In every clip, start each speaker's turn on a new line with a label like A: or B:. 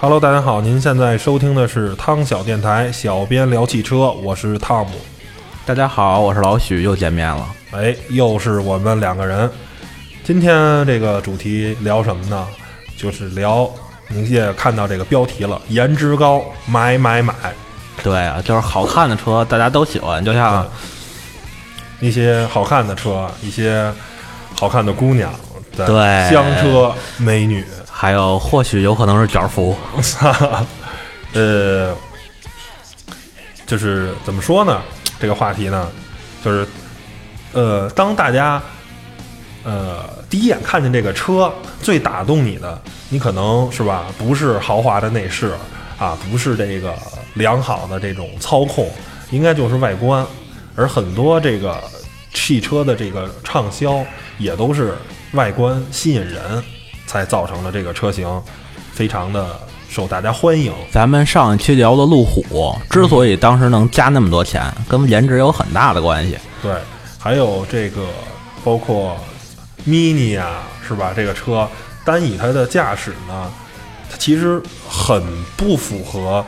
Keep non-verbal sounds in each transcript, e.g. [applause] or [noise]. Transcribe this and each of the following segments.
A: Hello，大家好，您现在收听的是汤小电台，小编聊汽车，我是汤姆。
B: 大家好，我是老许，又见面了。
A: 哎，又是我们两个人。今天这个主题聊什么呢？就是聊，您也看到这个标题了，颜值高，买买买，
B: 对啊，就是好看的车大家都喜欢，就像
A: 一些好看的车，一些好看的姑娘，对
B: 对
A: 香车美女，
B: 还有或许有可能是卷福，
A: [laughs] 呃，就是怎么说呢？这个话题呢，就是呃，当大家呃第一眼看见这个车，最打动你的，你可能是吧，不是豪华的内饰啊，不是这个良好的这种操控，应该就是外观。而很多这个汽车的这个畅销，也都是外观吸引人，才造成了这个车型非常的受大家欢迎。
B: 咱们上一期聊的路虎，之所以当时能加那么多钱，跟颜值有很大的关系。
A: 对，还有这个包括 Mini 啊，是吧？这个车单以它的驾驶呢，它其实很不符合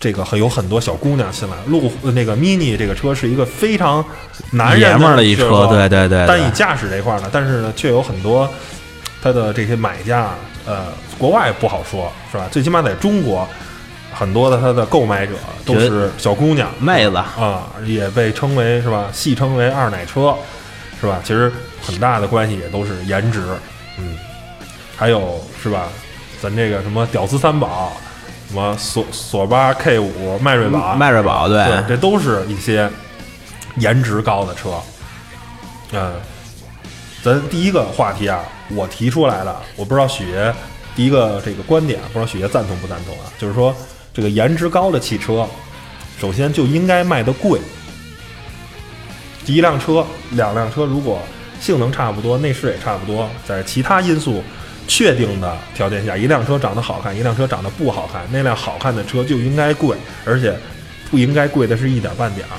A: 这个，很有很多小姑娘信赖。路虎那个 Mini 这个车是一个非常男人
B: 爷们儿的一车
A: 吧
B: 对对对对
A: 单以驾驶这块儿呢，但是呢，却有很多它的这些买家，呃，国外不好说，是吧？最起码在中国。很多的它的购买者都
B: 觉得
A: 是小姑娘，
B: 妹子，
A: 啊，也被称为是吧，戏称为二奶车，是吧？其实很大的关系也都是颜值，嗯，还有是吧？咱这个什么屌丝三宝，什么索索八 K 五、迈锐宝、
B: 迈锐宝，对，
A: 对，这都是一些颜值高的车。嗯，咱第一个话题啊，我提出来的，我不知道许爷第一个这个观点，不知道许爷赞同不赞同啊？就是说，这个颜值高的汽车，首先就应该卖的贵。第一辆车、两辆车如果性能差不多，内饰也差不多，在其他因素确定的条件下，一辆车长得好看，一辆车长得不好看，那辆好看的车就应该贵，而且不应该贵的是一点半点儿。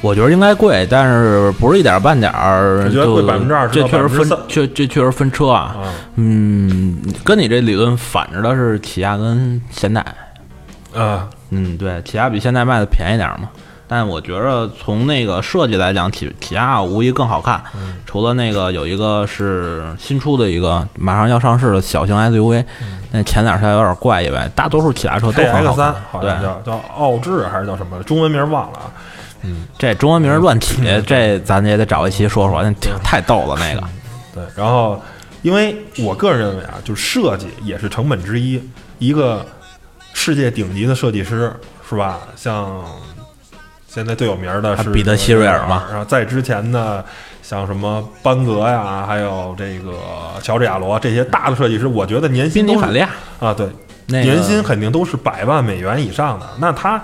B: 我觉得应该贵，但是不是一点儿半点儿？
A: 我觉得贵
B: 就
A: 20%到
B: 这确
A: 13%
B: 实分，确这确实分车啊。
A: 啊，
B: 嗯，跟你这理论反着的是起亚跟现代。
A: 啊，
B: 嗯，对，起亚比现在卖的便宜点儿嘛。但我觉着从那个设计来讲，起起亚无疑更好看。除了那个有一个是新出的一个马上要上市的小型 SUV，、那
A: 嗯
B: 前脸稍微有点怪以外，大多数起亚车都
A: 黑
B: 很
A: X
B: 好
A: 三
B: 看。
A: 好
B: 对
A: 像，叫叫奥智还是叫什么，中文名忘了啊。
B: 这中文名儿乱起，
A: 嗯
B: 这咱也得找一期说说，那挺太逗了那个。
A: 对，然后因为我个人认为啊，就是设计也是成本之一。一个世界顶级的设计师是吧？像现在最有名儿的是
B: 啊彼得希瑞尔嘛
A: 然后在之前呢，像什么班格呀，还有这个乔治亚罗这些大的设计师，我觉得年薪都
B: 宾尼
A: 是
B: 法利亚
A: 啊，对，
B: 那个
A: 年薪肯定都是百万美元以上的。那他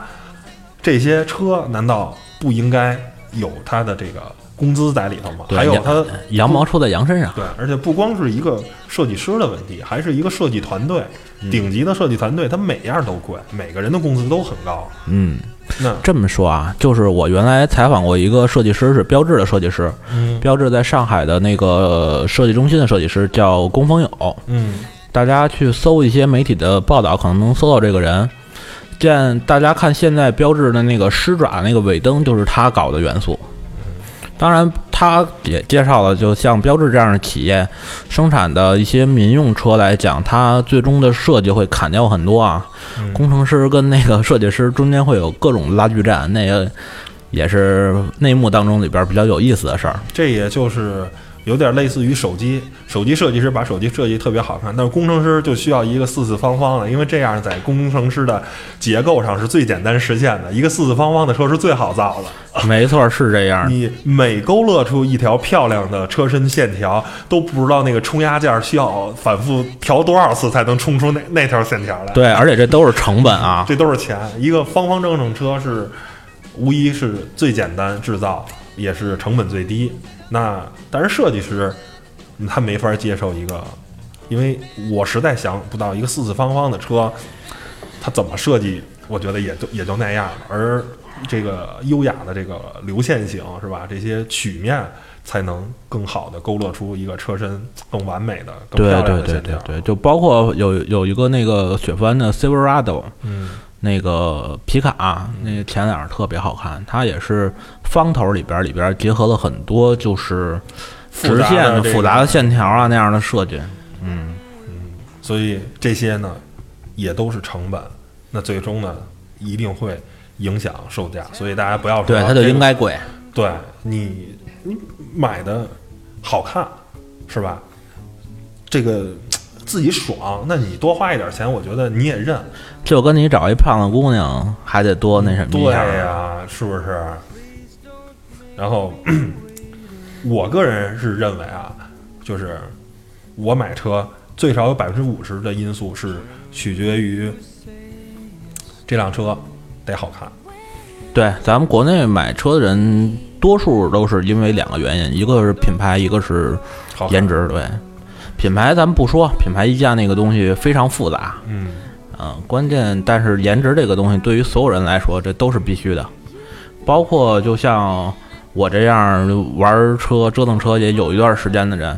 A: 这些车难道不应该有他的这个工资在里头吗？
B: 对
A: 还有
B: 羊
A: 他
B: 羊毛出在羊身上，
A: 对，而且不光是一个设计师的问题，还是一个设计团队，顶级的设计团队，他每样都贵，每个人的工资都很高。
B: 嗯。
A: 那
B: 这么说啊，就是我原来采访过一个设计师，是标志的设计师，
A: 嗯
B: 标志在上海的那个呃设计中心的设计师叫龚峰友，
A: 嗯
B: 大家去搜一些媒体的报道，可能能搜到这个人。见大家看现在标志的那个狮爪那个尾灯，就是他搞的元素。当然，他也介绍了，就像标致这样的企业生产的一些民用车来讲，它最终的设计会砍掉很多啊。
A: 嗯
B: 工程师跟那个设计师中间会有各种拉锯战，那个也是内幕当中里边比较有意思的事儿。
A: 这也就是有点类似于手机，手机设计师把手机设计特别好看，但是工程师就需要一个四四方方的，因为这样在工程师的结构上是最简单实现的，一个四四方方的车是最好造的。
B: [laughs] 没错，是这样的。
A: 你每勾勒出一条漂亮的车身线条，都不知道那个冲压件需要反复调多少次才能冲出那那条线条来。，
B: 对，而且这都是成
A: [laughs]
B: 本啊。
A: 这都是钱。一个方方正正车是无疑是最简单制造，也是成本最低。那但是设计师嗯他没法接受一个，因为我实在想不到一个四四方方的车，它怎么设计，我觉得也就也就那样了。而这个优雅的这个流线型是吧？这些曲面才能更好的勾勒出一个车身更完美的、更
B: 对
A: 漂亮
B: 对
A: 的
B: 对
A: 线
B: 对
A: 条。
B: 对，就包括有有一个那个雪佛兰的 Silverado，
A: 嗯
B: 那个皮卡，那前脸儿特别好看，它也是方头里边儿里边儿结合了很多就是直线
A: 复杂的
B: 的
A: 这个
B: 复杂的线条啊那样的设计。嗯，
A: 所以这些呢，也都是成本，那最终呢，一定会影响售价。所以大家不要说
B: 对，
A: 啊
B: 它就
A: 这个
B: 应该贵。
A: 对你你买的好看是吧？这个自己爽，那你多花一点钱，我觉得你也认。
B: 就跟你找一胖子姑娘还得多那什么一
A: 对
B: 下儿。
A: 呀、啊是不是？然后，我个人是认为啊，就是我买车最少有百分之五十的因素是取决于这辆车得好看。
B: 对，咱们国内买车的人多数都是因为两个原因，一个是品牌，一个是
A: 好看
B: 颜，值。对，品牌咱们不说，品牌溢价那个东西非常复杂。
A: 嗯，
B: 嗯，关键但是颜值这个东西对于所有人来说，这都是必须的，包括就像我这样玩车折腾车也有一段时间的人，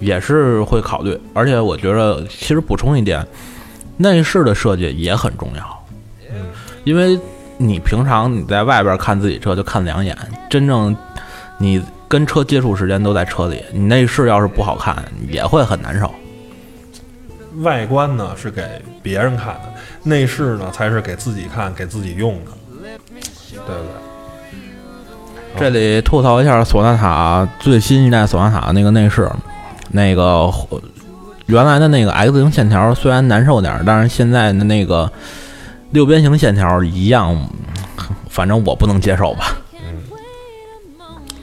B: 也是会考虑。而且我觉得，其实补充一点，内饰的设计也很重要，因为你平常你在外边看自己车就看两眼，真正你跟车接触时间都在车里，你内饰要是不好看，也会很难受。
A: 外观呢是给别人看的，内饰呢才是给自己看、给自己用的，对不对？
B: 这里吐槽一下索纳塔最新一代索纳塔那个内饰，那个呃原来的那个 X 型线条虽然难受点儿，但是现在的那个六边形线条一样，反正我不能接受吧。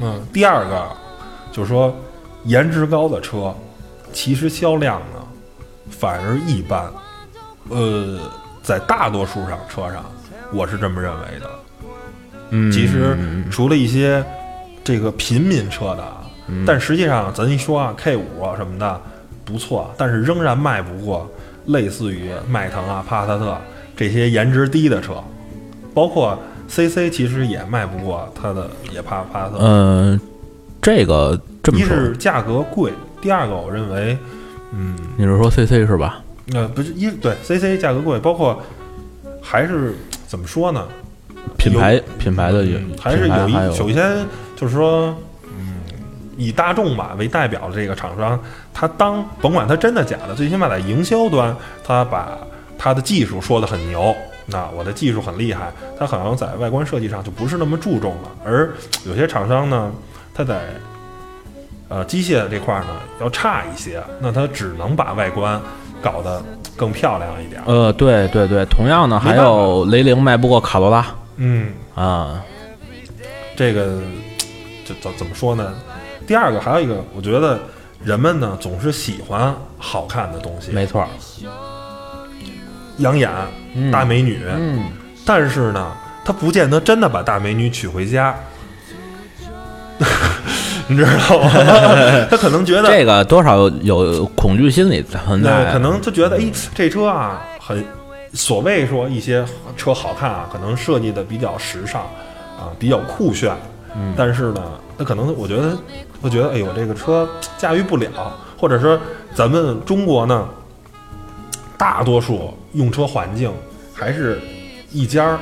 A: 嗯，第二个就是说，颜值高的车，其实销量呢反而一般。呃，在大多数上车上，我是这么认为的。
B: 嗯
A: 其实除了一些这个平民车的啊，但实际上咱一说啊，K 五啊什么的不错，啊但是仍然卖不过类似于迈腾啊、帕萨特这些颜值低的车，包括 CC 其实也卖不过它的也帕帕萨特。
B: 呃，这个这么
A: 一
B: 说，
A: 是价格贵，第二个我认为，嗯，
B: 你是说 CC 是吧？
A: 呃，不是一对 CC 价格贵，包括还是怎么说呢？
B: 品牌品牌的也
A: 嗯还是
B: 品牌
A: 有一
B: 还有
A: 首先就是说，嗯，以大众吧为代表的这个厂商，他当甭管他真的假的，最起码在营销端，他把他的技术说得很牛。那我的技术很厉害，他好像在外观设计上就不是那么注重了。而有些厂商呢，他在呃机械这块儿呢要差一些，那他只能把外观搞得更漂亮一点儿。
B: 呃，对对对，同样呢，
A: 没
B: 还
A: 办法
B: 有雷凌卖不过卡罗拉
A: 嗯，
B: 啊，
A: 这个这怎怎么说呢？第二个还有一个，我觉得人们呢总是喜欢好看的东西，
B: 没错儿，
A: 养眼、
B: 嗯
A: 大美女，
B: 嗯。
A: 但是呢，他不见得真的把大美女娶回家， [laughs] 你知道
B: [laughs]
A: 吗？他可能觉得
B: 这个多少有有恐惧心理存在，
A: 那可能就觉得，哎，这车啊，很所谓说一些车好看啊，可能设计的比较时尚啊，比较酷炫。嗯，但是呢，那可能我觉得，我觉得，哎呦，这个车驾驭不了，或者说咱们中国呢，大多数用车环境还是一家儿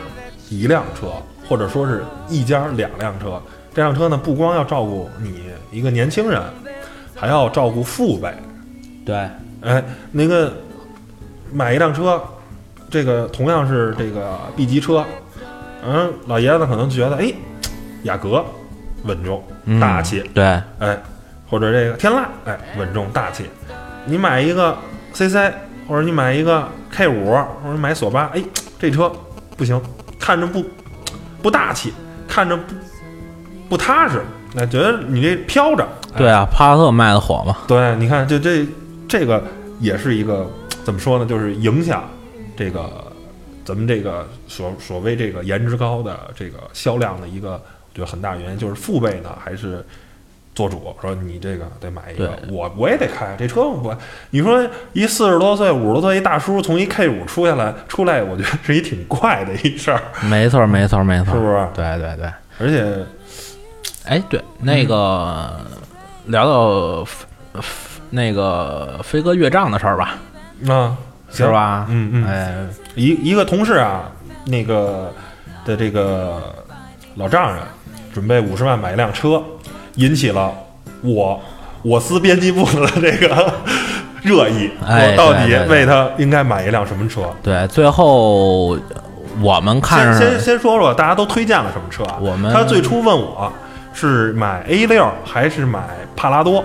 A: 一辆车，或者说是一家儿两辆车。这辆车呢，不光要照顾你一个年轻人，还要照顾父辈，
B: 对，
A: 哎，那个买一辆车，这个同样是这个 B 级车，嗯，老爷子可能觉得，哎，雅阁稳重
B: 嗯
A: 大气，
B: 对，
A: 哎，或者这个天籁，哎，稳重大气。你买一个 CC，或者你买一个 K 五，或者买索八，哎，这车不行，看着不不大气，看着不不踏实，哎，觉得你这飘着，哎
B: 对啊，帕萨特卖的火嘛，
A: 对，你看，这这这个也是一个怎么说呢？就是影响这个咱们这个所所谓这个颜值高的这个销量的一个，我觉得很大原因就是父辈呢还是做主说你这个得买一个
B: 对，
A: 我我也得开这车我，你说一四十多岁、五十多岁一大叔从一 K 五出下来出来，我觉得是一挺怪的一
B: [laughs]
A: 事儿，
B: 没错，没错，没错，
A: 是不是
B: 对对对，
A: 而且
B: 哎，对，那个、聊到那个飞哥岳丈的事儿吧，
A: 啊，
B: 是
A: 行？
B: 吧？
A: 嗯嗯
B: 哎，
A: 一一个同事啊，那个的这个老丈人准备五十万买一辆车，引起了我我司编辑部的这个 [laughs] 热议。
B: 哎
A: 我到底
B: 对对对
A: 为他应该买一辆什么车？
B: 对，最后我们看
A: 先先
B: 着
A: 先说说大家都推荐了什么车啊？
B: 我们
A: 他最初问我是买 A 六还是买帕拉多？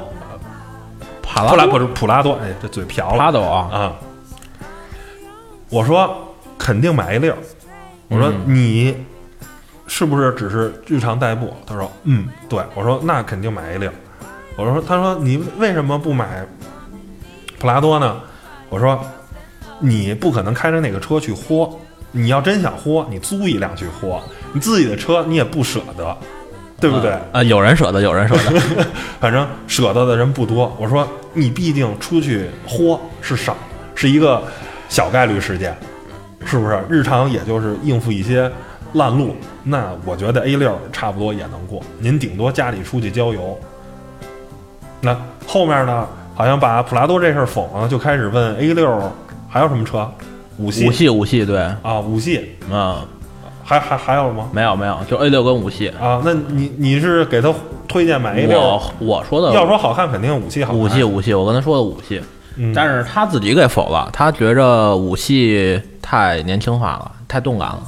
B: 帕
A: 后
B: 拉
A: 来不是普拉多，哎，这嘴瓢
B: 帕
A: 了。
B: 拉多啊，
A: 啊，我说肯定买一溜儿。我说你是不是只是日常代步？他说嗯，对。我说那肯定买一溜儿。我说他说你为什么不买普拉多呢？我说你不可能开着那个车去豁，你要真想豁，你租一辆去豁，你自己的车你也不舍得，对不对？
B: 啊、有人舍得，有人舍得，
A: 反正舍得的人不多。我说你毕竟出去豁是少，是一个小概率事件，是不是？日常也就是应付一些烂路，那我觉得 A 六差不多也能过。您顶多家里出去郊游。那后面呢，好像把普拉多这事儿否了，就开始问 A 六还有什么车， [laughs] 五系
B: 五系五系，对，
A: 啊，五系
B: 嗯，
A: 还还还有吗？
B: 没有没有，就 A 六跟五系。
A: 啊，那你你是给他推荐买 A 六？
B: 我我说的
A: 要说好看，肯定五系好看。
B: 五系五系，我跟他说的五系，
A: 嗯，
B: 但是他自己给否了，他觉着五系太年轻化了，太动感了。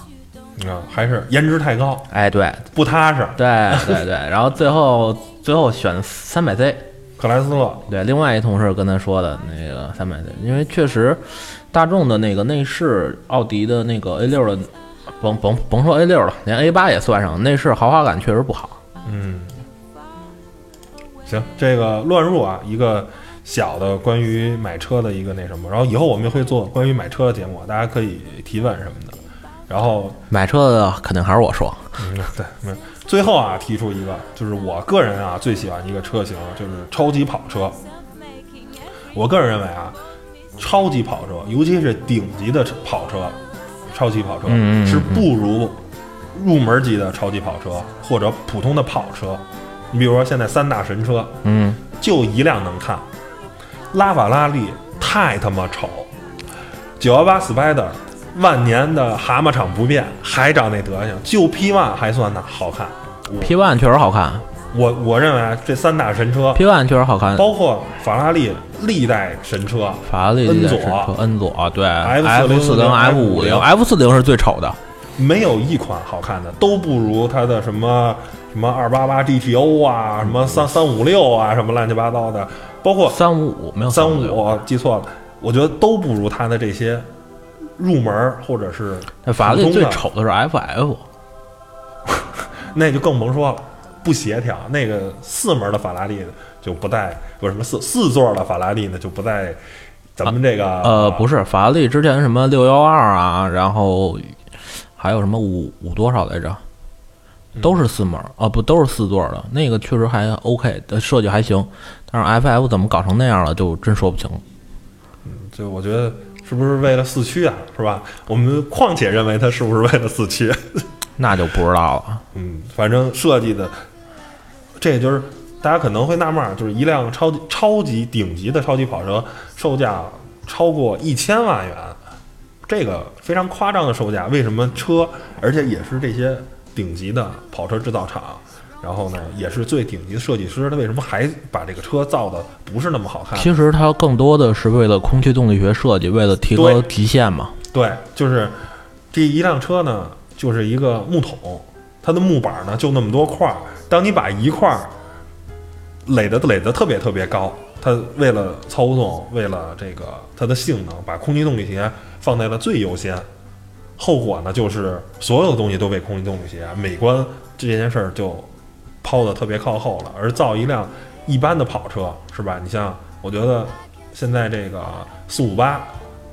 A: 啊，还是颜值太高，
B: 哎，对
A: 不踏实。
B: 对对对， [laughs] 然后最后最后选三百 Z，
A: 克莱斯勒，
B: 对，另外一同事跟他说的那个三百 Z，因为确实大众的那个内饰，奥迪的那个 A 六的，甭甭甭说 A 六了，连 A 八也算上，内饰豪华感确实不好。
A: 嗯，行，这个乱入啊，一个小的关于买车的一个那什么，然后以后我们也会做关于买车的节目，啊大家可以提问什么的。然后，
B: 买车的肯定还是我说，
A: 嗯，对，没有最后啊，提出一个，就是我个人啊最喜欢一个车型，就是超级跑车。我个人认为啊，超级跑车，尤其是顶级的车跑车，超级跑车、
B: 嗯嗯嗯
A: 是不如入门级的超级跑车或者普通的跑车。你比如说现在三大神车，
B: 嗯，
A: 就一辆能看，拉法拉利太他妈丑，九幺八 Spider 万年的蛤蟆厂不变，还长那德行，就 P One 还算那好看。
B: P One 确实好看
A: 我我认为啊这三大神车，
B: ，P One 确实好看，
A: 包括法拉利历代神车，
B: 法拉利
A: N
B: 的
A: 左
B: 是车 N 左啊，对
A: F40
B: 四零、F 五零、
A: F50
B: F 四零是最丑的，
A: 没有一款好看的，都不如它的什么什么二八八 GTO 啊，什么三三五六啊，什么乱七八糟的，包括
B: 三五五没有
A: 三
B: 五
A: 五我记错了，我觉得都不如它的这些入门儿或者是
B: 那法拉利最
A: 普通的
B: 丑的是啊 FF，
A: 那就更甭说了，不协调。那个四门的法拉利呢，就不带不是什么四四座的法拉利呢，就不带咱们这个、
B: 呃，不是法拉利之前什么六幺二啊，然后还有什么五五多少来着，都是四门儿啊，不都是四座的，那个确实还 OK 的设计还行，但是 FF 怎么搞成那样了，就真说不清了。
A: 就我觉得是不是为了四驱啊，是吧？我们况且认为它是不是为了四驱？
B: 那就不知道了，
A: 嗯，反正设计的，这也就是大家可能会纳闷儿，就是一辆超级超级顶级的超级跑车，售价超过一千万元，这个非常夸张的售价，为什么车，而且也是这些顶级的跑车制造厂，然后呢，也是最顶级的设计师，他为什么还把这个车造的不是那么好看？
B: 其实它更多的是为了空气动力学设计，为了提高
A: 对
B: 极限嘛。
A: 对，就是这一辆车呢，就是一个木桶，它的木板呢就那么多块儿。当你把一块儿垒的垒的特别特别高，它为了操纵，为了这个它的性能，把空气动力学放在了最优先。后果呢，就是所有东西都被空气动力学美观这件事儿就抛的特别靠后了。而造一辆一般的跑车，是吧？你像我觉得现在这个四五八，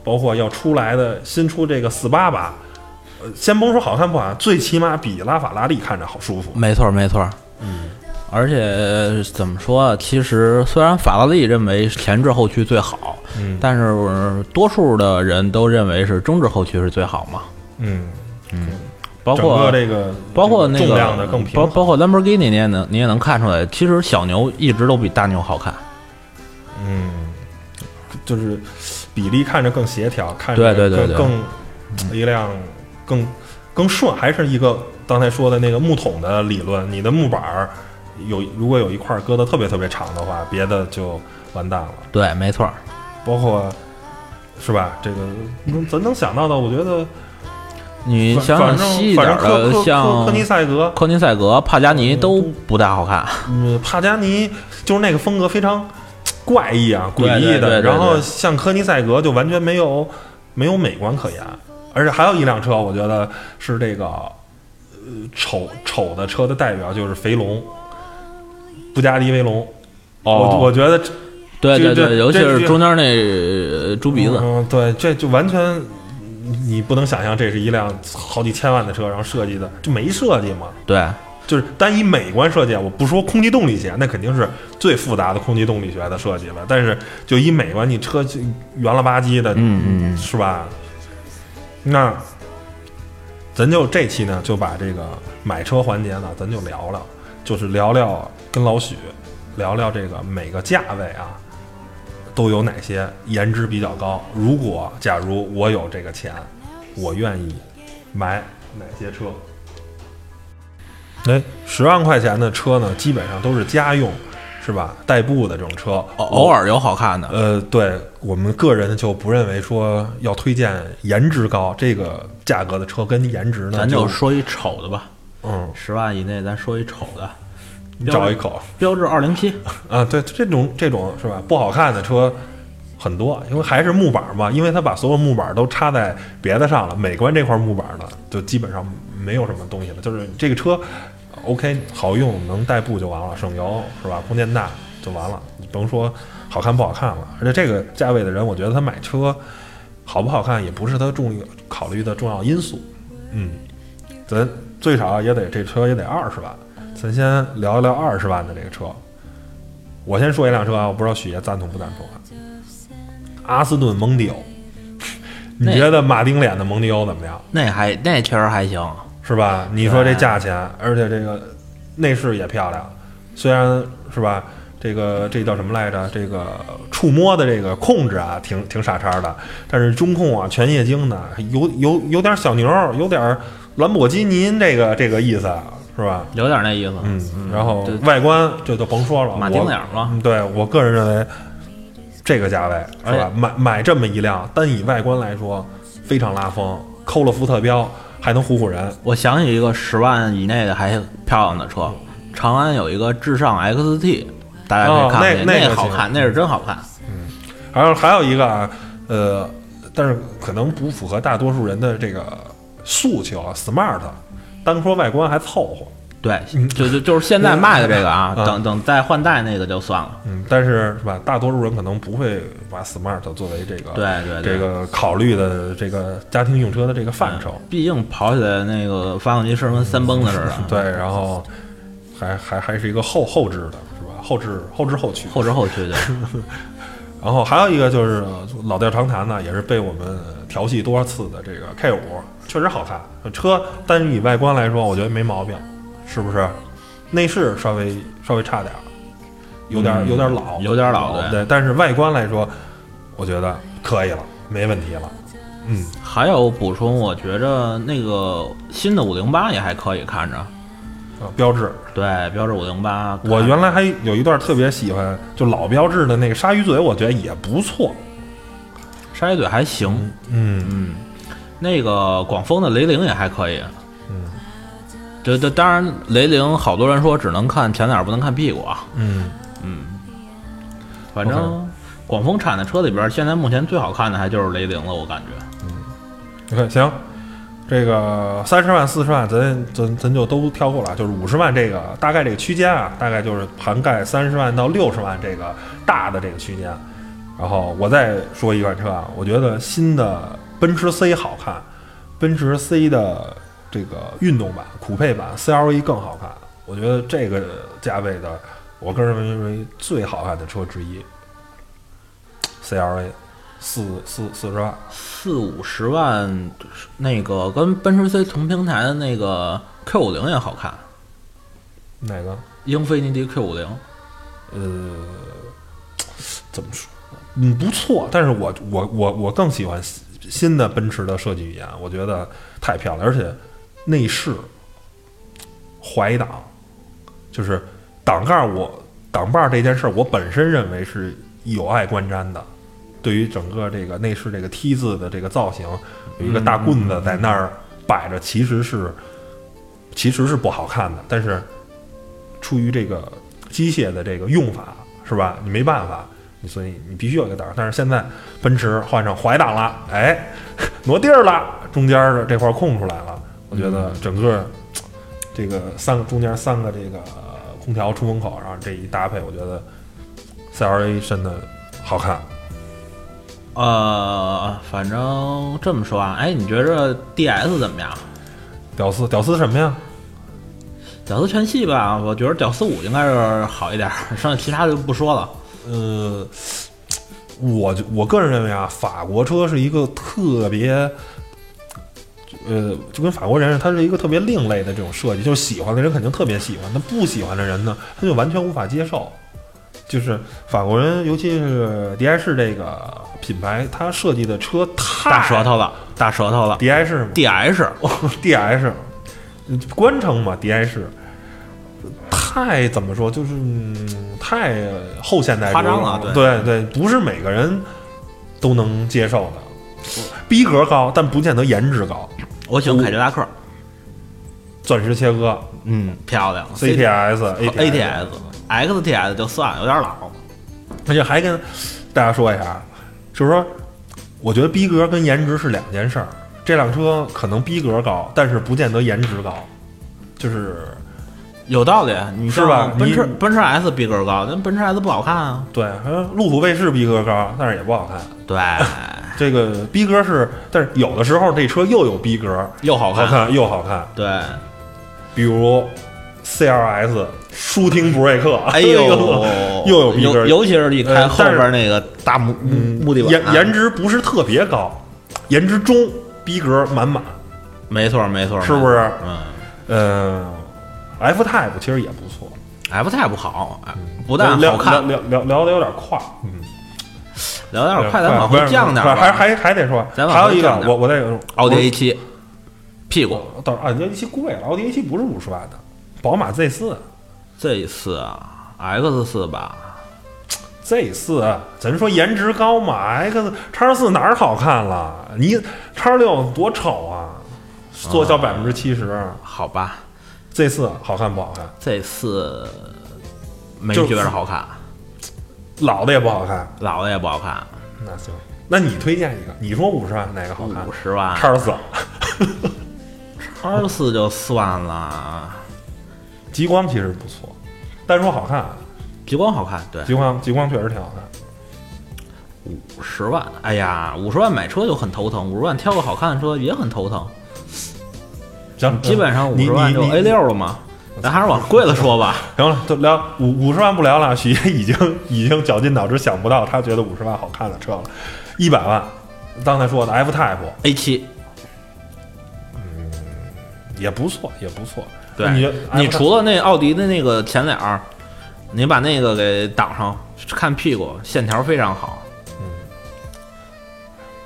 A: 包括要出来的新出这个四八八，呃，先甭说好看不好看，最起码比拉法拉利看着好舒服。
B: 没错儿，没错。嗯，而且怎么说啊？其实虽然法拉利认为前置后驱最好，
A: 嗯
B: 但是多数的人都认为是中置后驱是最好嘛。
A: 嗯，
B: 包
A: 整个
B: 括
A: 这个
B: 包括那个
A: 重量的更平
B: 包
A: 衡，
B: 包括兰博基尼，你也能你也能看出来，其实小牛一直都比大牛好看。
A: 嗯，就是比例看着更协调，看着
B: 对对对
A: 更
B: 对
A: 更一辆更更顺，还是一个刚才说的那个木桶的理论，你的木板儿有如果有一块儿搁的特别特别长的话，别的就完蛋了。
B: 对，没错儿。
A: 包括是吧？这个能咱能想到的，我觉得
B: 你
A: 反
B: 想
A: 反
B: 想
A: 正
B: 细一
A: 反
B: 点
A: 正科
B: 的，
A: 科科
B: 像
A: 科尼塞格、
B: 科尼塞格、帕加尼
A: 嗯
B: 都
A: 都
B: 不大好看。
A: 嗯，帕加尼就是那个风格非常怪异啊、
B: 对
A: 诡异
B: 对对对
A: 的，
B: 对
A: 然后像科尼塞格就完全没有没有美观可言，而且还有一辆车，我觉得是这个呃丑丑的车的代表，就是肥龙，布加迪威龙。
B: 哦
A: 我我觉得这
B: [laughs] 对对
A: 这
B: 对，尤其
A: 这
B: 是
A: 这
B: 中间那呃猪鼻子，
A: 嗯，对，这就完全你不能想象，这是一辆好几千万的车，然后设计的就没设计嘛。
B: 对
A: 就是单以美观设计，啊我不说空气动力学，那肯定是最复杂的空气动力学的设计了。但是就以美观，你车就圆了吧唧的，
B: 嗯嗯嗯
A: 是吧？那咱就这期呢，就把这个买车环节呢，咱就聊聊，就是聊聊跟老许聊聊这个每个价位啊。都有哪些颜值比较高？如果假如我有这个钱，我愿意买哪些车？哎，十万块钱的车呢，基本上都是家用，是吧？代步的这种车，
B: 偶偶尔有好看的。
A: 呃，对我们个人就不认为说要推荐颜值高这个价格的车跟颜值呢，
B: 咱
A: 就
B: 就说一丑的吧，
A: 嗯，
B: 十万以内，咱说一丑的。
A: 找一口
B: 标志二零七，
A: 啊，对，这种这种是吧？不好看的车很多，因为还是木板嘛，因为它把所有木板都插在别的上了，美观这块木板呢，就基本上没有什么东西了，就是这个车 OK 好用，能代步就完了，省油是吧？空间大就完了，你甭说好看不好看了。而且这个价位的人，我觉得他买车好不好看也不是他重考虑的重要因素，嗯，咱最少也得这车也得二十万。咱先聊一聊二十万的这个车，我先说一辆车啊，我不知道许爷赞同不赞同啊。阿斯顿蒙迪
B: [laughs]
A: 欧，你
B: 那
A: 觉得马丁脸的蒙迪欧怎么样？
B: 那还那确实还行。
A: 是吧？你说
B: 啊
A: 这价钱，而且这个内饰也漂亮，虽然是吧，这个这叫什么来着？这个触摸的这个控制啊，挺挺傻叉的，但是中控啊，全液晶的，有有有点小牛，有点兰博基尼这个这个意思，啊是吧？
B: 有点那意思。
A: 嗯，然后
B: 对
A: 外观这就甭说了，
B: 马
A: 我
B: 丁脸嘛，
A: 嗯，对我个人认为，这个价位是
B: 哎
A: 吧？买买这么一辆，单以外观来说非常拉风，抠了福特标，还能唬唬人。
B: 我想起一个十万以内的还漂亮的车，长安有一个智尚 XT，大家可以
A: 哦
B: 看
A: 那
B: 看，
A: 那个
B: 好
A: 行
B: 看，那是真好看。
A: 还有还有一个啊，呃，但是可能不符合大多数人的这个诉求啊，smart。单说外观还凑合，
B: 对
A: 嗯，
B: 就就就是现在卖的这个啊，
A: 嗯
B: 等等再换代那个就算了。
A: 嗯，但是是吧？大多数人可能不会把 smart 作为这个
B: 对对嗯对
A: 这个考虑的这个家庭用车的这个范畴。
B: 毕竟跑起来那个发动机声跟三蹦子似的，啊
A: 对，然后还还还是一个后后置的，是吧？后置后置后驱。
B: 后知后觉的。
A: 然后还有一个就是老调常谈呢，也是被我们调戏多少次的这个 K 五，确实好看。车单以外观来说，我觉得没毛病，是不是？内饰稍微稍微差点儿，有点儿、
B: 嗯
A: 有点儿老，
B: 有点儿老对
A: 对。但是外观来说，我觉得可以了，没问题了。嗯，
B: 还有补充，我觉着那个新的五零八也还可以看着，
A: 啊
B: 嗯
A: 标志，
B: 对，标致五零八。
A: 我原来还有一段特别喜欢，就老标志的那个鲨鱼嘴，我觉得也不错。
B: 鲨鱼嘴还行，
A: 嗯，
B: 嗯，那个广丰的雷凌也还可以，
A: 嗯，
B: 这这当然雷凌好多人说只能看前脸不能看屁股啊，
A: 嗯，
B: 反正广丰产的车里边，现在目前最好看的还就是雷凌了，我感觉。
A: 你看行，这个三十万、四十万，咱咱咱就都挑过了，就是五十万这个大概这个区间啊，大概就是涵盖三十万到六十万这个大的这个区间。啊然后我再说一款车啊，我觉得新的奔驰 C 好看，奔驰 C 的这个运动版、酷配版 CLE 更好看。我觉得这个价位的，我个人认为最好看的车之一，CLA，四四四十万，
B: 四五十万，那个跟奔驰 C 同平台的那个 Q 五零也好看，
A: 哪个？
B: 英菲尼迪 Q 五零。
A: 呃，怎么说？嗯，不错，但是我我我我更喜欢新新的奔驰的设计语言，我觉得太漂亮，而且内饰、怀挡，就是挡盖儿我挡把儿这件事儿，我本身认为是有碍观瞻的。对于整个这个内饰这个 T 字的这个造型，有一个大棍子在那儿摆着，其实是其实是不好看的，但是出于这个机械的这个用法，是吧？你没办法，你所以你必须有一个档。但是现在奔驰换上怀档了，哎， [laughs] 挪地儿了，中间的这块儿空出来了，我觉得整个这个三个中间三个这个呃空调出风口，然后这一搭配，我觉得 CLA 真的好看。
B: 呃，反正这么说啊，哎，你觉着 DS 怎么样？
A: 屌丝，屌丝什么呀？
B: 屌丝全系吧，我觉得屌丝五应该是好一点儿， [laughs] 剩下其他就不说了。
A: 呃，我就我个人认为啊，法国车是一个特别，呃，就跟法国人似的，它是一个特别另类的这种设计，就是喜欢的人肯定特别喜欢，那不喜欢的人呢，他就完全无法接受。就是法国人，尤其是迪埃士这个品牌，它设计的车太
B: 大舌，头了，大舌头了。
A: 迪埃士嘛
B: DS，
A: [laughs] D S，官称嘛 D S，太怎么说就是、嗯太后现代
B: 夸张了
A: 对对不是每个人都能接受的。逼格高，但不见得颜值高。
B: 我喜欢凯迪拉克，
A: 钻石切割
B: 嗯，漂亮。
A: ，CTS、
B: ATS、XTS 就算了，有点老。
A: 而且还跟大家说一下，就是说，我觉得逼格跟颜值是两件事儿。这辆车可能逼格高，但是不见得颜值高，就是
B: 有道理，你
A: 是吧
B: 像奔驰
A: 你
B: 奔驰 S 逼格高，但奔驰 S 不好看啊。
A: 对。呃路虎卫士逼格高，但是也不好看。 [laughs]
B: 对，
A: 这个逼格是，但是有的时候这车又有逼格，
B: 又好
A: 好
B: 看。
A: 看又好看， [laughs]
B: 对，
A: 比如 CLS 舒婷布瑞克，
B: 哎呦，
A: [laughs] 又有逼格
B: 尤尤其是一
A: 呃
B: 看后
A: 但是
B: 边那个大木
A: 嗯
B: 木地板，
A: 颜
B: 啊
A: 颜值不是特别高，颜值中，逼格满满，
B: 没错没错，
A: 是不是
B: 没错嗯
A: 嗯、呃、，F Type 其实也不错，
B: ，F 太不好，不但
A: 聊
B: 好看，
A: 聊聊聊聊的有点快，嗯，
B: 聊点快，
A: 有
B: 咱
A: 点
B: 往回降点
A: 不
B: 儿
A: 是还
B: 吧。
A: 还还得说，
B: 咱往
A: 还有一
B: 后
A: 个
B: 降，点
A: 我我再
B: 奥迪 A 七，屁股
A: 到奥迪 A 七贵了，奥迪 A 七不是五十万的，宝马 Z 四。
B: 这一次啊，X 四吧，
A: Z 四，啊咱说颜值高嘛，X 哎叉四哪儿好看了？你叉六多丑啊，缩小百分之七十。
B: 好吧
A: Z 四好看不好看？
B: ，Z 四没
A: 就是
B: 觉得好看，
A: 老的也不好看。
B: 老的也不好看，
A: 那行，那你推荐一个，你说五十万哪个好看
B: 五？十万，
A: 叉四，
B: 二四就算了，
A: 极光其实不错，单说好看，啊，
B: 极光好看，对，
A: 极光极光确实挺好看。
B: 五十万，哎呀，五十万买车就很头疼，五十万挑个好看的车也很头疼，
A: 行，
B: 基本上五
A: 你
B: 十万
A: 你
B: 就哎
A: 你
B: A 六了嘛，咱还是往贵了说吧，
A: 行了，都聊五五十万不聊了，许爷已经已经绞尽脑汁想不到他觉得五十万好看的车了，一百万，刚才说的 F Type。
B: A 七，
A: 也不错，也不错。
B: 对
A: 你觉，
B: 你
A: 哎
B: 除了那奥迪的那个前脸儿，你把那个给挡上，看屁股线条非常好，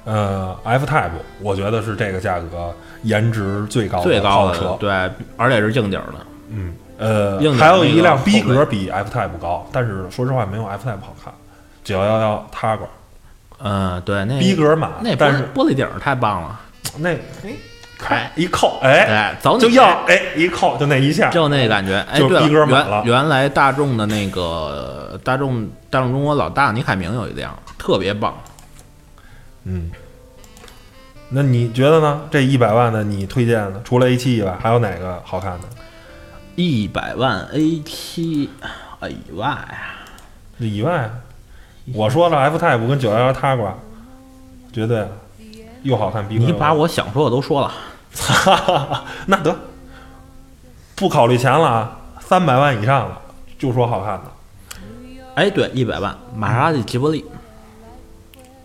A: 呃 F Type，我觉得是这个价格颜值最高
B: 最高
A: 豪
B: 的
A: 哦车。
B: 对，而且是硬底儿的，
A: 嗯，呃
B: 硬，底
A: 还有一辆
B: 那个
A: 逼
B: 后
A: 格比 F Type 高，但是说实话没有 F Type 好看。九幺幺 t a g
B: 嗯，对，那
A: 逼格满，
B: 那玻
A: 但
B: 璃
A: 是
B: 玻璃顶儿太棒了，
A: 那哎，
B: 哎
A: 咔一扣，哎，
B: 哎，走你
A: 就要哎一扣就那一下，
B: 就那感觉，哎，
A: 就
B: 对
A: 逼格满了
B: 原原来大众的那个大众大众中国老大倪凯明有一辆特别棒，
A: 嗯。那你觉得呢？这一百万的你推荐的，除了 A 七以外，还有哪个好看的？
B: 一百万 A 七，哎以外啊，
A: 以外，我说了 F Type 跟九幺幺 t a g 绝对又好看逼格。
B: 你把
A: [laughs]
B: 我想说的都说了，
A: 那得不考虑钱了啊三百万以上的就说好看的
B: 哎，对，一百万，玛莎拉蒂吉伯利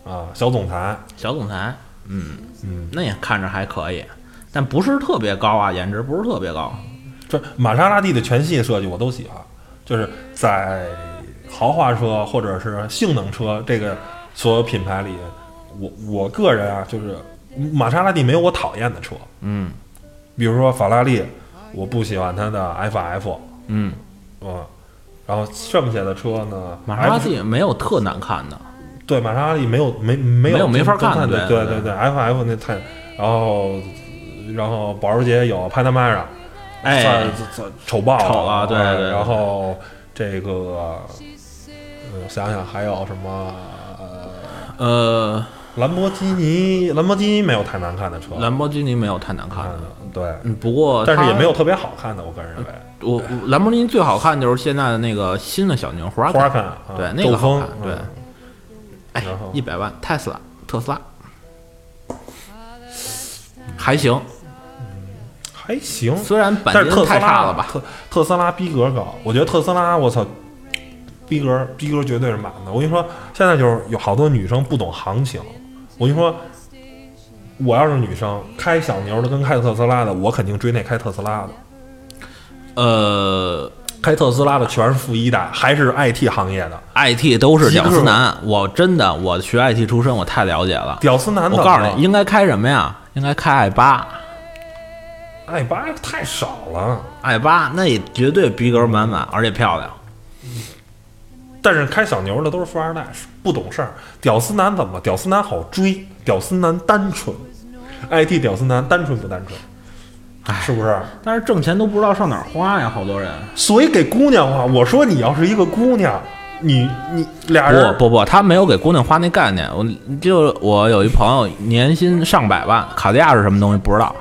A: 啊，小总裁，
B: 小总裁，嗯
A: 嗯，
B: 那也看着还可以，但不是特别高啊，颜值不是特别高。
A: 这玛莎拉蒂的全系设计我都喜欢，就是在豪华车或者是性能车这个所有品牌里，我我个人啊，就是玛莎拉蒂没有我讨厌的车，
B: 嗯
A: 比如说法拉利，我不喜欢它的 FF，
B: 嗯，
A: 嗯，然后剩下的车呢，
B: 玛莎拉
A: F-
B: 蒂没有特难看的，
A: 对玛莎拉蒂没有没没
B: 没有
A: 有
B: 没法
A: 真
B: 看
A: 真
B: 的
A: 的，
B: 对
A: 对对对，FF 那太，然后然后保时捷有潘 a 玛 a
B: 哎，
A: 算算丑爆
B: 丑了对对对
A: 嗯然后这个，呃，想想还有什么？呃
B: 呃，
A: 兰博基尼，兰博基尼没有太难看的车，
B: 兰博基尼没有太难看
A: 嗯
B: 的，
A: 对，
B: 嗯，不过
A: 但是也
B: 它
A: 没有特别好看的，我个人认为。
B: 我我兰博基尼最好看就是现在的那个新的小牛胡拉
A: 花
B: 卡，
A: 看，啊
B: 对那个
A: 斗
B: 好
A: 风
B: 看，对
A: 嗯
B: 哎
A: 然后，
B: 一百万特斯拉，特斯拉还行，
A: 还行。
B: 虽然钣
A: 但是特
B: 金
A: 斯拉
B: 太差了吧，
A: 特特斯拉逼格高，我觉得特斯拉，我操，逼格逼格绝对是满的。我跟你说，现在就是有好多女生不懂行情。我跟你说，我要是女生，开小牛的跟开特斯拉的，我肯定追那开特斯拉的。
B: 呃
A: 开特斯拉的全是富一代，还是 IT 行业的
B: ，IT 都是屌丝男，我真的我学 IT 出身，我太了解了。
A: 屌丝男
B: 我
A: 的。啊
B: 告诉你，应该开什么呀？应该开 i 八
A: ，i 哎八太少了。
B: ，i 八那也绝对逼格满满，而且漂亮。
A: 但是开小牛的都是富二代，不懂事儿。屌丝男怎么了？屌丝男好追，屌丝男单纯，IT 屌丝男单纯不单纯？是不是？
B: 但是挣钱都不知道上哪儿花呀，好多人。
A: 所以给姑娘啊，我说你要是一个姑娘，你你俩人
B: 不不不，他没有给姑娘花那概念。我就我有一朋友年薪上百万，卡地亚是什么东西不知道。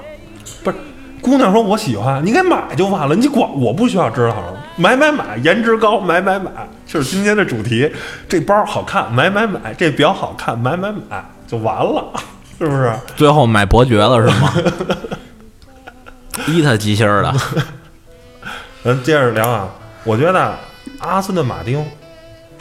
A: 不是姑娘说我喜欢，你给买就完了，你管我不需要知道，买买买，颜值高，买买买，就是今天的主题。这包好看，买买买；这表好看，买买买，就完了，是不是？
B: 最后买伯爵了是吗？ [laughs] 伊他鸡心儿的，
A: 咱接着聊啊，我觉得阿斯顿马丁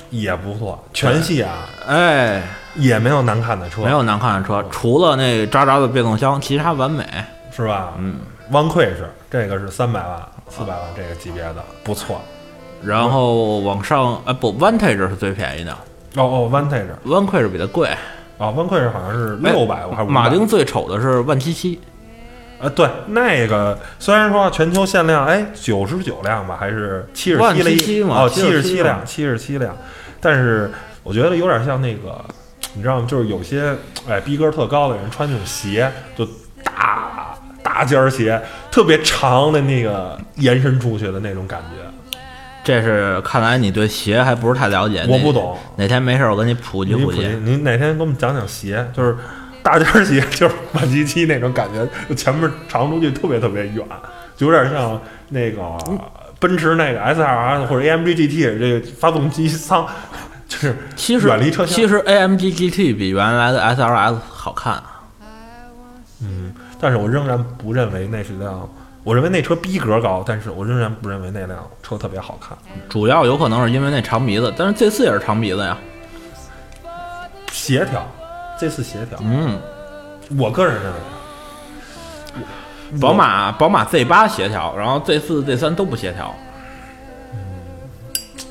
A: 也不错，全系啊
B: 哎，
A: 也没有难看的车，
B: 没有难看的车，除了那渣渣的变速箱，其他完美。
A: 是吧？嗯，汪溃是这个是三百万、四百万这个级别的，不错。
B: 然后往上，哎不，Vantage 是最便宜的
A: 哦哦，Vantage
B: ，One 是比它贵。
A: 啊，Vantage 好像是六百还是500
B: 哎马丁最丑的是万七七，
A: 啊？对，那个虽然说全球限量，哎，九十九辆吧，还是七十
B: 万
A: 七
B: 77嘛
A: 辆？哦，
B: 77
A: 十七辆，七十七辆。但是我觉得有点像那个，你知道吗？就是有些哎逼格特高的人穿那种鞋，就大大尖儿鞋，特别长的那个延伸出去的那种感觉，
B: 这是看来你对鞋还不是太了解。
A: 我
B: 哪
A: 不懂。
B: 哪天没事儿我给你普及
A: 您
B: 普
A: 普及
B: 及。，
A: 您哪天给我们讲讲鞋，就是大尖儿鞋， [laughs] 就是满级七那种感觉，就前面长出去特别特别远，就有点像那个奔驰那个 SLR 或者 AMG GT 这个发动机舱，就是
B: 其实
A: 远离车厢
B: 其实 AMG GT 比原来的 SLS 好看。
A: 嗯，但是我仍然不认为那是辆，我认为那车逼格高，但是我仍然不认为那辆车特别好看。
B: 主要有可能是因为那长鼻子，但是这次也是长鼻子呀。
A: 协调，这次协调，
B: 嗯，
A: 我个人认为
B: 宝马宝马 Z 八协调，然后 Z 四 Z 三都不协调。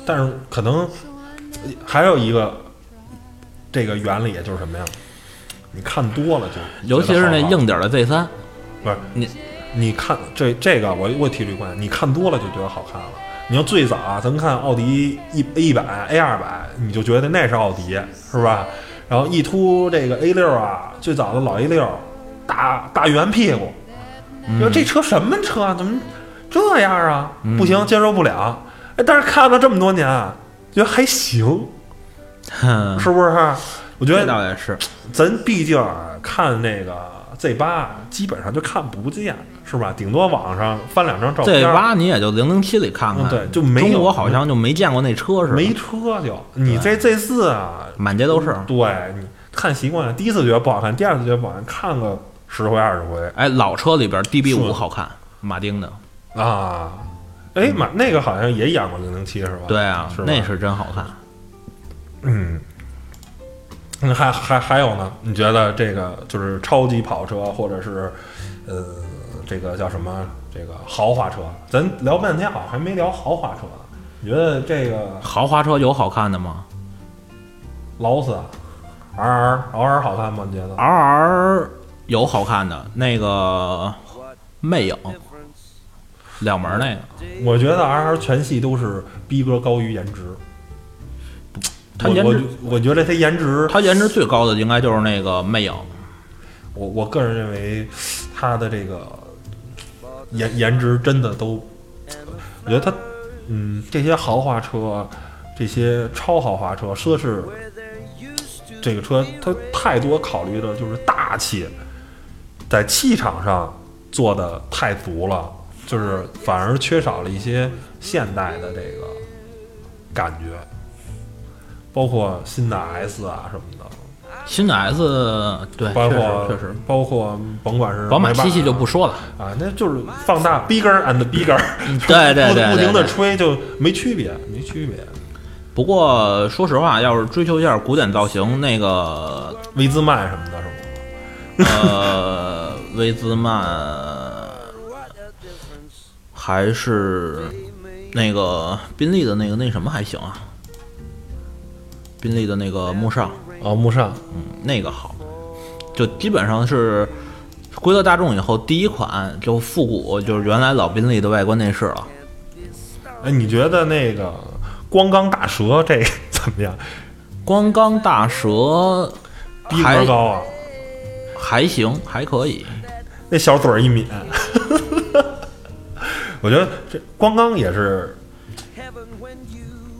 A: 但是可能呃还有一个这个原理就是什么呀？你看多了就，
B: 尤其是那硬，点儿的 Z 三，
A: 不是
B: 你
A: 你看这这个我我提出一观点，你看多了就觉得好看了。你要最早啊，咱看奥迪一 A 一百 A 二百，你就觉得那是奥迪，是吧？然后一突这个 A 六啊，最早的老 A 六，大大圆屁股，
B: 嗯
A: 你说这车什么车啊？怎么这样啊？不
B: 嗯
A: 行，接受不了。哎，但是看了这么多年，啊，觉得还行，
B: 哼，
A: 是不是？我觉
B: 这
A: 得
B: 倒也是。
A: 咱毕竟啊看那个 Z 八，啊基本上就看不见，是吧？顶多网上翻两张照片
B: Z，八你也就零零七里看看，
A: 嗯对就没有
B: 中国好像就没见过那车似的，
A: 没车就。你这 Z 四啊，
B: 满街都是。
A: 对你看习惯了，第一次觉得不好看，第二次觉得不好看，看个十回二十回
B: 哎，老车里边 DB
A: 是
B: 五好看，马丁的。
A: 啊。
B: 嗯
A: 哎妈，那个好像也演过零零七是吧？
B: 对啊，
A: 是吧
B: 那是真好看。
A: 嗯，那还还还有呢？你觉得这个就是超级跑车，或者是呃，这个叫什么？这个豪华车？咱聊半天好像还没聊豪华车呢。你觉得这个
B: 豪华车有好看的吗
A: 劳斯啊，R R R 好看吗？你觉
B: 啊
A: 得？
B: ？RR 有好看的，那个魅影两门那个，
A: 我觉得 R R 全系都是逼格高于颜值。
B: 他
A: 我
B: 颜
A: 我
B: 值
A: 我觉得他颜值，
B: 它颜值最高的应该就是那个魅影。
A: 我我个人认为他的这个颜颜值真的都，我觉得他嗯这些豪华车，啊这些超豪华车、奢侈这个车，它太多考虑的就是大气，在气场上做的太足了，就是反而缺少了一些现代的这个感觉，包括新的 S 啊什么的。
B: 新的 S
A: [laughs]
B: 对，
A: 包
B: 确
A: 括
B: 实确实，
A: 包括甭管是
B: 宝马
A: 迈巴
B: 七系就不说了。
A: 啊，那就是放大 bigger and bigger，
B: 对 [laughs] 对
A: 不
B: 对
A: 不停的
B: 对
A: 吹就没区别，没区别。
B: 不过说实话，要是追求一下古典造型，那个
A: 威兹曼什么的，是吗？
B: 呃，威兹曼还是那个宾利的那个那什么还行啊，宾利的那个慕尚，
A: 哦，慕尚，
B: 嗯，那个好，就基本上是归到大众以后第一款就复古，就是原来老宾利的外观内饰了。
A: 哎，你觉得那个光钢大蛇这 [laughs] 怎么样？
B: 光钢大蛇
A: 逼
B: 还
A: 格高啊，
B: 还行，还可以。
A: 那小嘴儿一抿， [laughs] 我觉得这光钢也是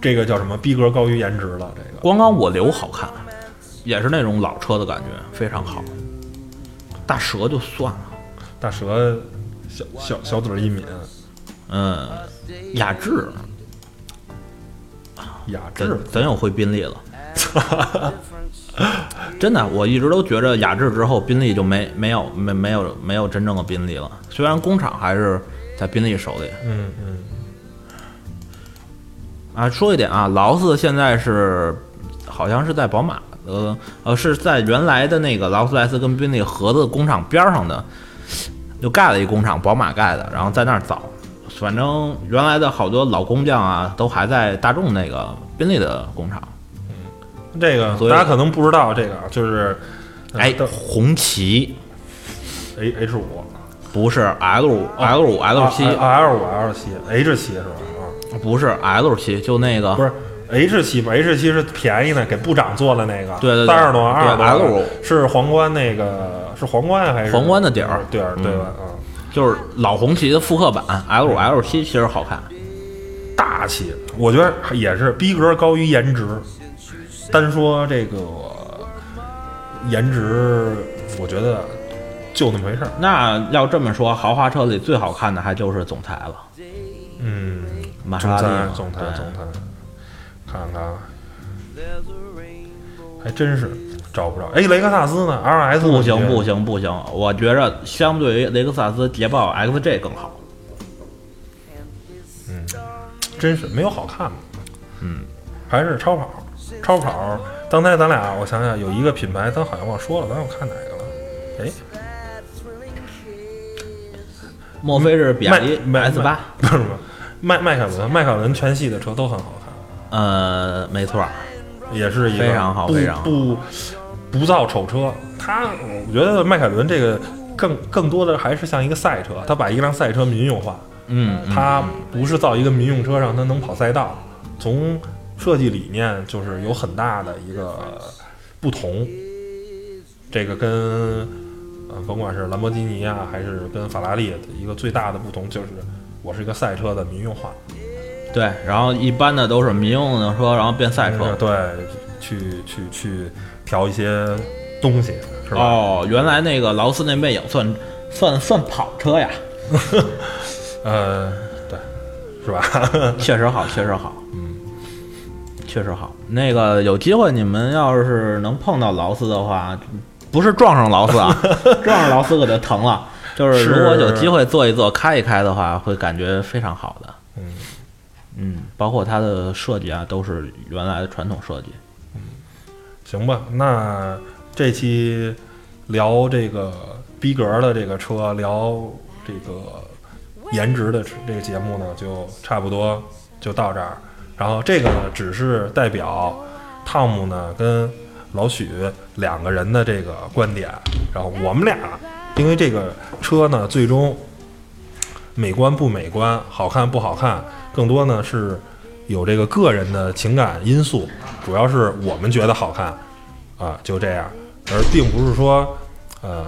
A: 这个叫什么逼格高于颜值了，这个
B: 光钢我流好看，也是那种老车的感觉，非常好。大蛇就算了，
A: 大蛇小小小嘴儿一抿，
B: 嗯，雅致，
A: 雅致
B: 咱。咱又回宾利了。 [laughs] 真的，我一直都觉着雅致之后，宾利就没没有没没有没有真正的宾利了。虽然工厂还是在宾利手里
A: 嗯嗯，
B: 啊。说一点啊，劳斯现在是好像是在宝马的呃是在原来的那个劳斯莱斯跟宾利合作的工厂边儿上的，就盖了一工厂，宝马盖的，然后在那儿造。反正原来的好多老工匠啊，都还在大众那个宾利的工厂。
A: 这个
B: 所以
A: 大家可能不知道，这个啊就是，呃
B: 哎
A: 都，
B: 红旗
A: H H 五
B: 不是 L 五
A: 啊
B: L 五 L 七，
A: L 五 L 七 H 七是吧？啊，
B: 不是 L 七，就那个
A: 不是 H 七吧？H 七是便宜的，给部长做的那个，
B: 对对对
A: 三十多
B: 对
A: 二十多啊
B: L5
A: 是皇冠那个是皇冠还是
B: 皇冠的底儿嗯
A: 对儿对吧？啊，
B: 就是老红旗的复刻版 L 五 L 七，其实好看。
A: 大气，我觉得也是逼格高于颜值。单说这个颜值，我觉得就那么回事儿。
B: 那要这么说，豪华车里最好看的还就是总裁了，
A: 嗯，
B: 玛
A: 总
B: 莎拉蒂
A: 裁
B: 嘛。
A: 总裁
B: 对
A: 总裁，看看啊。还真是找不着。哎，雷克萨斯呢？R S
B: 不行不行不行，我觉着相对于雷克萨斯捷豹 XJ 更好。
A: 真是没有好看的。嗯，还是超跑，超跑。刚才咱俩我想想，有一个品牌，咱好像忘说了，咱我看哪个了？哎，
B: 莫非是比亚迪
A: 迈
B: S 八？
A: 不是不是，迈迈凯伦，迈凯伦全系的车都很好看，
B: 呃，没错儿，
A: 也是一个
B: 非常好
A: 不
B: 非常好
A: 不不造丑车。它，我觉得迈凯伦这个更更多的还是像一个赛车，它把一辆赛车民用化。
B: 嗯，嗯
A: 它不是造一个民用车让它能跑赛道，从设计理念就是有很大的一个不同。这个跟呃，甭管是兰博基尼啊，还是跟法拉利，一个最大的不同就是我是一个赛车的民用化
B: 对，然后一般的都是民用的车，然后变赛车。
A: 对，去去去调一些东西，是吧？
B: 哦，原来那个劳斯那魅影算算算跑车呀，
A: 呃，对，是吧？
B: 确实好，确实好，嗯，确实好。那个有机会你们要是能碰到劳斯的话，不是撞上劳斯
A: [laughs]
B: 啊，撞上劳斯可就疼了。就是
A: 是
B: 如果有机会坐一坐、开一开的话，会感觉非常好的。
A: 嗯
B: 嗯，包括它的设计啊，都是原来的传统设计。
A: 行吧，那这期聊这个逼格的这个车，聊这个颜值的这个节目呢，就差不多就到这儿。然后这个呢，只是代表汤姆呢跟老许两个人的这个观点。然后我们俩，因为这个车呢，最终美观不美观，好看不好看，更多呢是有这个个人的情感因素，主要是我们觉得好看，啊，就这样，而并不是说，呃，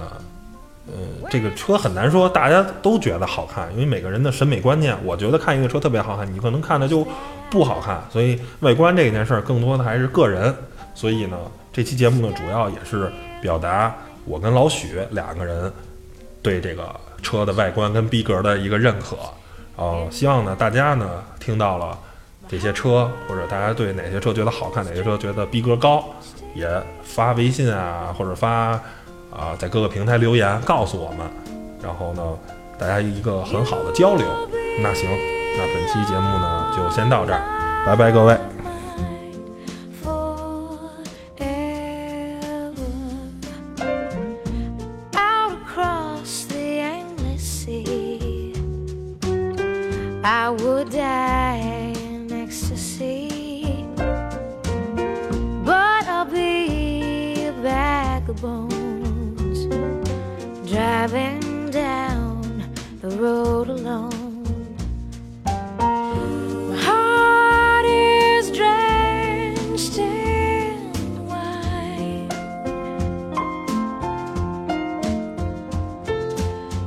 A: 呃，这个车很难说大家都觉得好看，因为每个人的审美观念，我觉得看一个车特别好看，你可能看着就不好看，所以外观这件事儿更多的还是个人，所以呢，这期节目呢主要也是表达我跟老许两个人对这个车的外观跟逼格的一个认可。呃，希望呢大家呢听到了这些车，或者大家对哪些车觉得好看，哪些车觉得逼格高，也发微信啊，或者发啊、在各个平台留言告诉我们。然后呢，大家一个很好的交流。那行，那本期节目呢就先到这儿，拜拜各位。
C: Forever out across the endless sea, I would die in ecstasy, but I'll be a vagabond driving down the road alone. My heart is drenched in wine,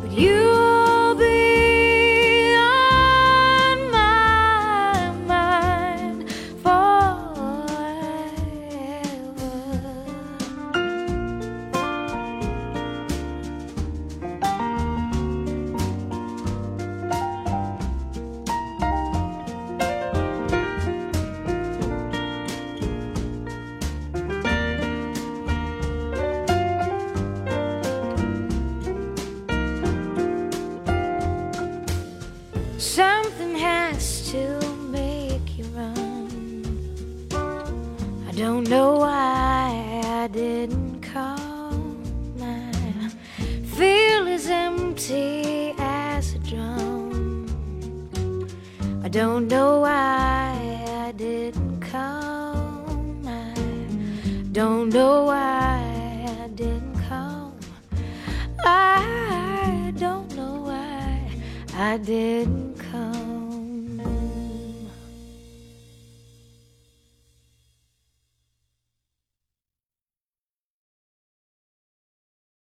C: but you'll be on my mind forever. Something has to make you run. I don't know why I didn't call. My feel is empty as a drum. I don't know why I didn't call. My don't know why I didn't call. I don't know why I didn't come.